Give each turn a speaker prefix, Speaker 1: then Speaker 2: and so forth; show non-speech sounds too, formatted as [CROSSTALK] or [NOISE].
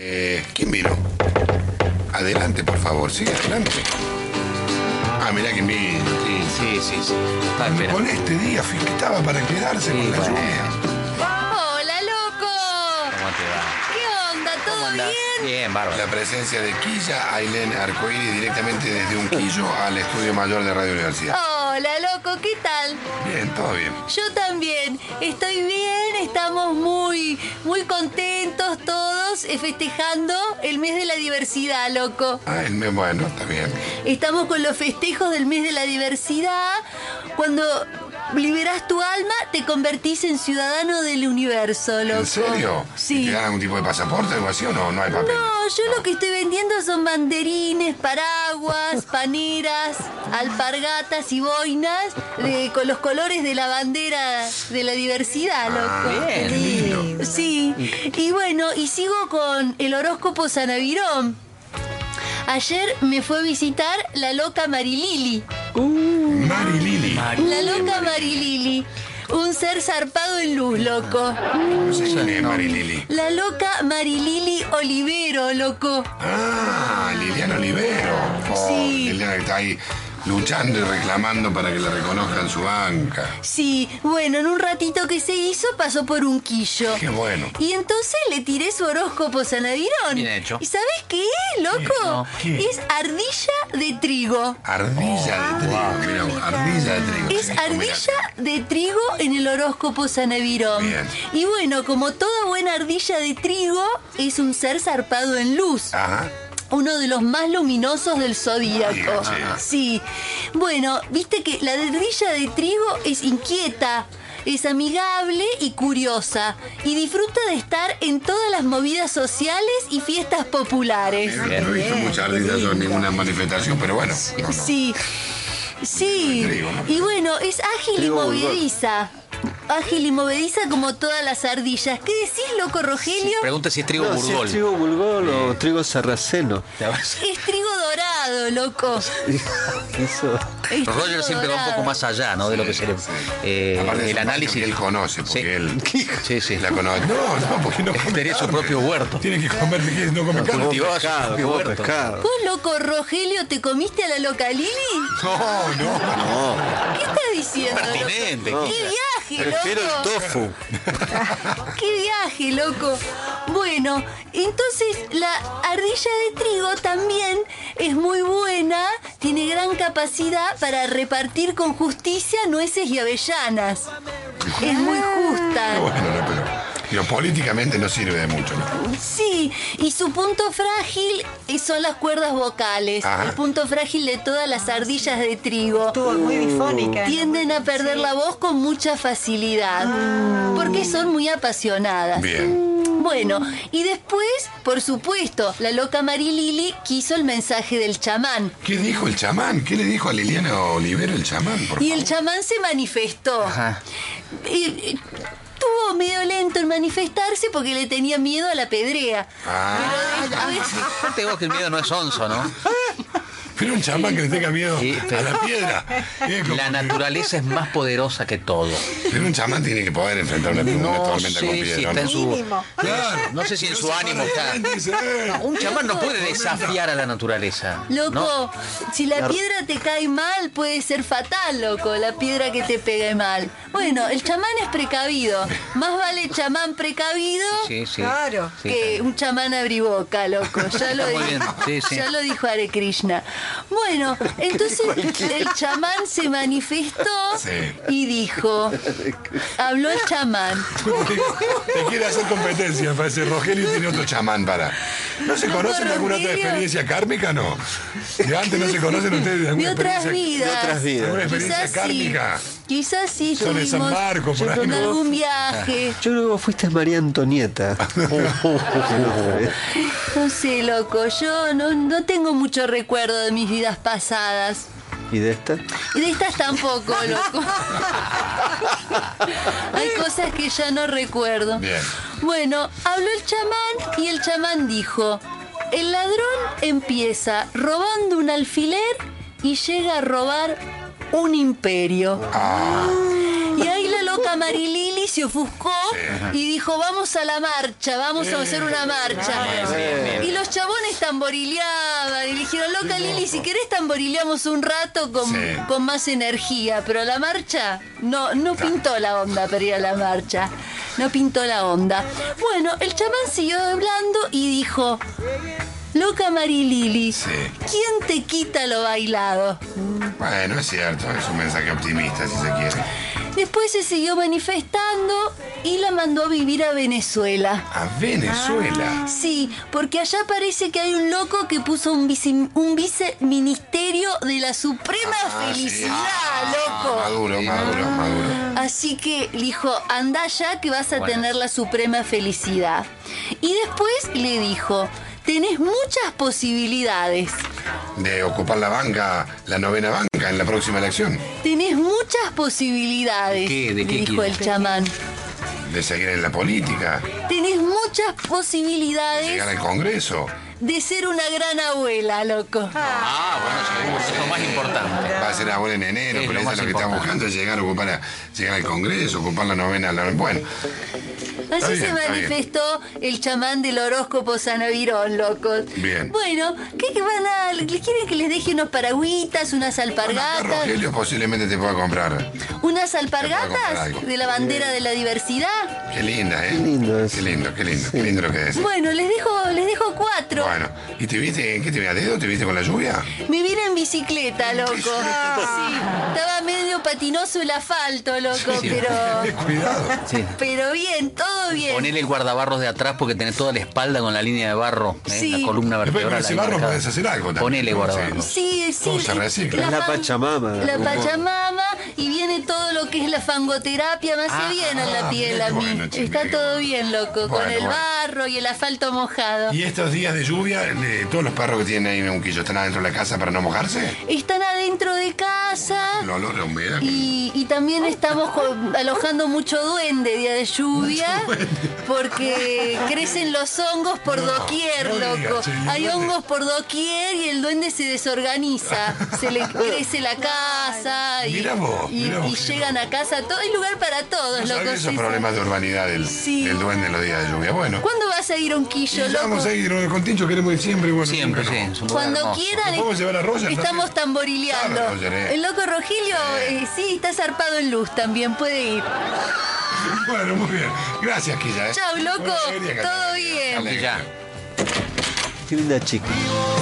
Speaker 1: Eh, ¿Quién vino? Adelante, por favor, sigue adelante. Ah, mirá que vino. Sí.
Speaker 2: Sí, sí, sí. Está
Speaker 1: Con
Speaker 2: esperando.
Speaker 1: este día fin, que estaba para quedarse
Speaker 2: Sí,
Speaker 1: con la
Speaker 2: bueno.
Speaker 1: lluvia.
Speaker 3: ¡Hola, loco!
Speaker 2: ¿Cómo te va?
Speaker 3: ¿Qué onda?
Speaker 2: ¿Cómo
Speaker 3: ¿Todo
Speaker 2: andás?
Speaker 3: bien?
Speaker 2: Bien, bárbaro.
Speaker 1: La presencia de Quilla, Ailén Arcoíris, directamente desde un quillo al estudio mayor de Radio Universidad.
Speaker 3: Hola, loco, ¿qué tal?
Speaker 1: Bien, todo bien.
Speaker 3: Yo también. Estoy bien, estamos muy, muy contentos todos eh, festejando el mes de la diversidad, loco.
Speaker 1: Ah, el mes bueno, está bien.
Speaker 3: Estamos con los festejos del mes de la diversidad. Cuando liberás tu alma, te convertís en ciudadano del universo, loco.
Speaker 1: ¿En serio? ¿Y
Speaker 3: Sí.
Speaker 1: ¿Te dan algún tipo de pasaporte o algo así o no? No hay papel.
Speaker 3: No, yo lo que estoy vendiendo son banderines, paraguas, paneras, alpargatas y boinas de- con los colores de la bandera de la diversidad, loco.
Speaker 2: bien, qué
Speaker 1: lindo.
Speaker 3: Sí. Y bueno, y sigo con el horóscopo Sanavirón. Ayer me fue a visitar la loca Marilili.
Speaker 1: Mari Lili.
Speaker 3: La loca Marilili. Un ser zarpado en luz, loco.
Speaker 1: No sé quién es Mari Lili.
Speaker 3: La loca Marilili Olivero, loco.
Speaker 1: Ah, Liliana Olivero. Oh,
Speaker 3: Sí.
Speaker 1: Liliana que está ahí luchando y reclamando para que la reconozcan su banca.
Speaker 3: Sí, bueno, en un ratito que se hizo pasó por un quillo.
Speaker 1: Qué bueno.
Speaker 3: Y entonces le tiré su horóscopo sanavirón.
Speaker 2: Bien hecho.
Speaker 3: ¿Y sabes qué, loco?
Speaker 1: ¿Qué?
Speaker 3: Es ardilla de trigo.
Speaker 1: Ardilla de trigo, creo. Ardilla de trigo.
Speaker 3: Oh, Es
Speaker 1: sí,
Speaker 3: ardilla de trigo en el horóscopo sanavirón.
Speaker 1: Bien.
Speaker 3: Y bueno, como toda buena ardilla de trigo, es un ser zarpado en luz.
Speaker 1: mirá. Ajá.
Speaker 3: Uno de los más luminosos del zodíaco.
Speaker 1: Diga,
Speaker 3: Sí. Bueno, viste que la ardilla de trigo es inquieta, es amigable y curiosa, y disfruta de estar en todas las movidas sociales y fiestas populares.
Speaker 1: Eh, No he visto mucha ardilla yo en ninguna manifestación, pero bueno. no, no.
Speaker 3: Sí. Sí.
Speaker 1: Trigo, ¿no?
Speaker 3: Y bueno, es ágil y movediza. Ágil y movediza como todas las ardillas. ¿Qué decís, loco Rogelio?
Speaker 2: Pregunta si es trigo
Speaker 4: No, si
Speaker 2: burgol. [LAUGHS]
Speaker 4: es trigo burgol o trigo sarraceno.
Speaker 3: Es trigo dorado, loco.
Speaker 4: Eso.
Speaker 3: Es
Speaker 2: Roger
Speaker 3: trigo
Speaker 2: siempre va un
Speaker 3: dorado.
Speaker 2: poco más allá, ¿no? De lo que se le.
Speaker 1: Aparte es
Speaker 2: eh, el
Speaker 1: un barrio
Speaker 2: análisis.
Speaker 1: que él conoce, porque
Speaker 2: Sí.
Speaker 1: él
Speaker 2: Sí, sí.
Speaker 1: la conoce. No, no, porque no come
Speaker 2: Tenía su
Speaker 1: carne.
Speaker 2: propio huerto.
Speaker 1: Tiene que comer, que no come carne.
Speaker 2: Cultivaba su
Speaker 4: Pescado,
Speaker 2: propio
Speaker 4: como
Speaker 2: huerto.
Speaker 4: pescado.
Speaker 3: ¿Vos, loco Rogelio, te comiste a la loca Lili?
Speaker 1: No, [LAUGHS] no.
Speaker 3: ¿Qué estás diciendo, loco?
Speaker 2: Pertinente.
Speaker 3: ¡Qué viaje,
Speaker 4: Prefiero el
Speaker 3: loco!
Speaker 4: tofu.
Speaker 3: ¡Qué viaje, loco! Bueno, entonces la ardilla de trigo también es muy buena, tiene gran capacidad para repartir con justicia nueces y avellanas. Es muy justa.
Speaker 1: Bueno, no, pero. Digo, políticamente no sirve de mucho, ¿no?
Speaker 3: Sí, y su punto frágil eh, son las cuerdas vocales,
Speaker 1: Ajá.
Speaker 3: el punto frágil de todas las ardillas de trigo.
Speaker 5: Estuvo muy bifónica.
Speaker 3: tienden a perder la voz con mucha facilidad, porque son muy apasionadas.
Speaker 1: Bien.
Speaker 3: Bueno, y después, por supuesto, la loca Marilili quiso el mensaje del chamán.
Speaker 1: ¿Qué dijo el chamán? ¿Qué le dijo a Liliana Olivero el chamán? Por
Speaker 3: Y el chamán se manifestó.
Speaker 2: Ajá.
Speaker 3: Y, y Estuvo medio lento en manifestarse porque le tenía miedo a la pedrea.
Speaker 1: Ah,
Speaker 3: Pero a veces-
Speaker 2: Aparte vos que el miedo no es
Speaker 1: [LAUGHS]
Speaker 2: onzo, ¿no?
Speaker 1: pero un chamán que le tenga miedo
Speaker 2: Sí,
Speaker 1: a
Speaker 2: pero-
Speaker 1: la piedra.
Speaker 2: [LAUGHS]
Speaker 1: Es como
Speaker 2: La
Speaker 1: que-
Speaker 2: naturaleza es más poderosa que todo.
Speaker 1: Pero un chamán tiene que poder enfrentar una, una
Speaker 2: No
Speaker 1: tormenta con
Speaker 2: sé
Speaker 1: piedra.
Speaker 2: si
Speaker 1: ¿no?
Speaker 2: está en su.
Speaker 5: Mínimo.
Speaker 1: Claro.
Speaker 2: No sé si en su
Speaker 1: Pero se
Speaker 2: ánimo
Speaker 1: para
Speaker 2: está.
Speaker 1: adelante y dice, "Eh".
Speaker 2: Un chamán no puede desafiar a la naturaleza.
Speaker 3: Loco,
Speaker 2: ¿no?
Speaker 3: si la piedra te cae mal, puede ser fatal, loco, la piedra que te pegue mal. Bueno, el chamán es precavido. Más vale chamán precavido
Speaker 2: Sí, sí.
Speaker 5: Claro.
Speaker 2: Sí,
Speaker 3: que un chamán abriboca, loco. Ya lo,
Speaker 2: Está muy bien,
Speaker 3: dijo,
Speaker 2: sí, sí.
Speaker 3: ya lo dijo Hare Krishna. Bueno,
Speaker 2: [LAUGHS]
Speaker 3: entonces el chamán se manifestó
Speaker 1: Sí.
Speaker 3: y dijo, habló el chamán.
Speaker 1: Te quiere hacer competencia, parece. Rogelio tiene otro chamán para. ¿No se
Speaker 3: No,
Speaker 1: conocen de alguna otra
Speaker 3: Rogelio.
Speaker 1: experiencia kármica, no? De antes no se conocen ustedes de alguna
Speaker 3: De otras
Speaker 1: experiencia-
Speaker 3: vidas.
Speaker 4: de otras vidas.
Speaker 1: alguna experiencia
Speaker 3: Quizás sí.
Speaker 1: kármica.
Speaker 3: Quizás sí.
Speaker 1: Son de San
Speaker 3: tuvimos-
Speaker 1: Marcos, por ahí,
Speaker 3: con
Speaker 1: ¿no?
Speaker 3: algún viaje.
Speaker 4: Yo creo que vos fuiste María Antonieta.
Speaker 3: No sé, loco. Yo no, no tengo mucho recuerdo de mis vidas pasadas.
Speaker 4: ¿Y de esta?
Speaker 3: Y de estas
Speaker 1: [LAUGHS]
Speaker 3: tampoco, loco. Hay cosas que ya no recuerdo.
Speaker 1: Bien.
Speaker 3: Bueno, habló el chamán y el chamán dijo, el ladrón empieza robando un alfiler y llega a robar un imperio.
Speaker 1: Ah,
Speaker 3: Y ahí la loca Marilili se ofuscó y dijo, vamos a la marcha, vamos a hacer una marcha. Y los chabones tamborileaban y le dijeron, loca Lili, si querés tamborileamos un rato con,
Speaker 1: Sí.
Speaker 3: con más energía, pero la marcha no, no pintó la onda para ir a la marcha. No pintó la onda. Bueno, el chamán siguió hablando y dijo, loca Marilili,
Speaker 1: Sí.
Speaker 3: ¿quién te quita lo bailado?
Speaker 1: Bueno, es cierto, es un mensaje optimista si se quiere.
Speaker 3: Después se siguió manifestando y la mandó a vivir a Venezuela.
Speaker 1: A
Speaker 3: Ah,
Speaker 1: Venezuela.
Speaker 3: Sí, porque allá parece que hay un loco que puso un, vice, un viceministerio de la suprema
Speaker 1: Ah, sí.
Speaker 3: felicidad,
Speaker 1: Ah,
Speaker 3: loco.
Speaker 1: Maduro, maduro, maduro.
Speaker 3: Así que le dijo, anda ya que vas a
Speaker 2: Bueno.
Speaker 3: tener la suprema felicidad. Y después le dijo, tenés muchas posibilidades.
Speaker 1: De ocupar la banca, la novena banca en la próxima elección.
Speaker 3: Tenés muchas posibilidades,
Speaker 2: ¿De qué? ¿De
Speaker 3: le
Speaker 2: qué
Speaker 3: dijo el
Speaker 2: quiere?
Speaker 3: chamán.
Speaker 1: De seguir en la política.
Speaker 3: Tenés muchas posibilidades
Speaker 1: Llegar al Congreso.
Speaker 3: de ser una gran abuela, loco.
Speaker 2: Ah, bueno, seguro, es lo más importante.
Speaker 1: Va a ser ahora en enero,
Speaker 2: Es
Speaker 1: pero
Speaker 2: lo
Speaker 1: eso
Speaker 2: más
Speaker 1: es lo que está
Speaker 2: importante.
Speaker 1: buscando, es llegar, a ocupar la- llegar al Congreso, ocupar la novena. La, bueno, Está
Speaker 3: Así
Speaker 1: bien,
Speaker 3: se
Speaker 1: está
Speaker 3: manifestó el chamán del horóscopo Sanavirón, locos.
Speaker 1: Bien.
Speaker 3: Bueno, ¿qué que van a...? ¿Les quieren que les deje unos paragüitas, unas
Speaker 1: acá
Speaker 3: alpargatas?
Speaker 1: Rogelio posiblemente te pueda comprar.
Speaker 3: ¿Unas
Speaker 1: Te puedo comprar
Speaker 3: alpargatas
Speaker 1: algo.
Speaker 3: de la bandera de la diversidad?
Speaker 1: Qué linda, ¿eh?
Speaker 4: Qué lindo es.
Speaker 1: Qué lindo, qué lindo, qué lindo lo que es.
Speaker 3: Bueno, les dejo, les dejo cuatro.
Speaker 1: Bueno, ¿y te viste, qué te vi a dedo? ¿Te viste con la lluvia?
Speaker 3: Me vine en bicicleta, loco. Sí, estaba medio patinoso el asfalto, loco,
Speaker 1: [LAUGHS]
Speaker 2: Sí.
Speaker 3: pero...
Speaker 1: Cuidado.
Speaker 2: Sí.
Speaker 3: Pero bien, todo bien.
Speaker 2: Ponele el guardabarros de atrás porque tenés toda la espalda con la línea de barro, ¿eh?
Speaker 3: Sí.
Speaker 2: la columna
Speaker 1: Después con
Speaker 2: vertebral.
Speaker 1: ese
Speaker 2: ahí
Speaker 1: barro
Speaker 2: marcada.
Speaker 1: podés hacer algo también.
Speaker 2: Ponele
Speaker 1: ¿no?
Speaker 2: guardabarros.
Speaker 3: Sí, sí.
Speaker 1: Todo se recicla.
Speaker 4: La
Speaker 3: fam-
Speaker 4: Pachamama.
Speaker 3: La Pachamama y viene todo lo que es la fangoterapia, me hace
Speaker 2: Ah,
Speaker 3: bien a la
Speaker 1: ah,
Speaker 3: piel
Speaker 1: mira
Speaker 3: a
Speaker 1: qué
Speaker 3: mí.
Speaker 1: bueno, che,
Speaker 3: Está
Speaker 1: mira qué
Speaker 3: todo
Speaker 1: bueno.
Speaker 3: bien, loco, con
Speaker 1: Bueno,
Speaker 3: el
Speaker 1: bueno.
Speaker 3: barro y el asfalto mojado.
Speaker 1: ¿Y estos días de lluvia, eh, todos los perros que tienen ahí en un quillo están adentro de la casa para no mojarse?
Speaker 3: Están adentro de casa
Speaker 1: El olor a humedad.
Speaker 3: Ah. y, y también estamos co- alojando mucho duende día de lluvia porque crecen los hongos por
Speaker 1: No,
Speaker 3: doquier,
Speaker 1: no digas,
Speaker 3: loco.
Speaker 1: che, ¿y el
Speaker 3: Hay
Speaker 1: duende?
Speaker 3: hongos por doquier y el duende se desorganiza.
Speaker 1: [LAUGHS]
Speaker 3: Se le crece la casa y,
Speaker 1: Mirá vos,
Speaker 3: y-
Speaker 1: mirá vos,
Speaker 3: y
Speaker 1: qué
Speaker 3: llegan a casa. Todo, hay lugar para todos,
Speaker 1: ¿No
Speaker 3: loco.
Speaker 1: sabés que esos
Speaker 3: sí, sí.
Speaker 1: problemas de urbanidad del,
Speaker 3: Sí.
Speaker 1: del duende en los días de lluvia? Bueno,
Speaker 3: ¿Cuándo vas a ir a un quillo,
Speaker 1: y ya
Speaker 3: loco?
Speaker 1: vamos a ir con Tincho, queremos ir siempre. Bueno,
Speaker 2: Siempre, sí.
Speaker 1: ¿no?
Speaker 2: es un lugar
Speaker 3: Cuando
Speaker 2: hermoso.
Speaker 3: quieran,
Speaker 1: ¿Lo podemos llevar a Roger,
Speaker 3: estamos
Speaker 1: Roger?
Speaker 3: tamborileando.
Speaker 1: Claro, Roger, eh.
Speaker 3: El loco Rogelio, eh, sí, está zarpado en luz también, puede ir.
Speaker 1: [LAUGHS] Bueno, muy bien. Gracias, Quilla. ¿eh?
Speaker 3: Chau, loco.
Speaker 1: Bueno, alegría,
Speaker 3: Todo
Speaker 1: alegría,
Speaker 3: bien.
Speaker 1: alegría.
Speaker 2: Quilla.
Speaker 4: Qué linda chica.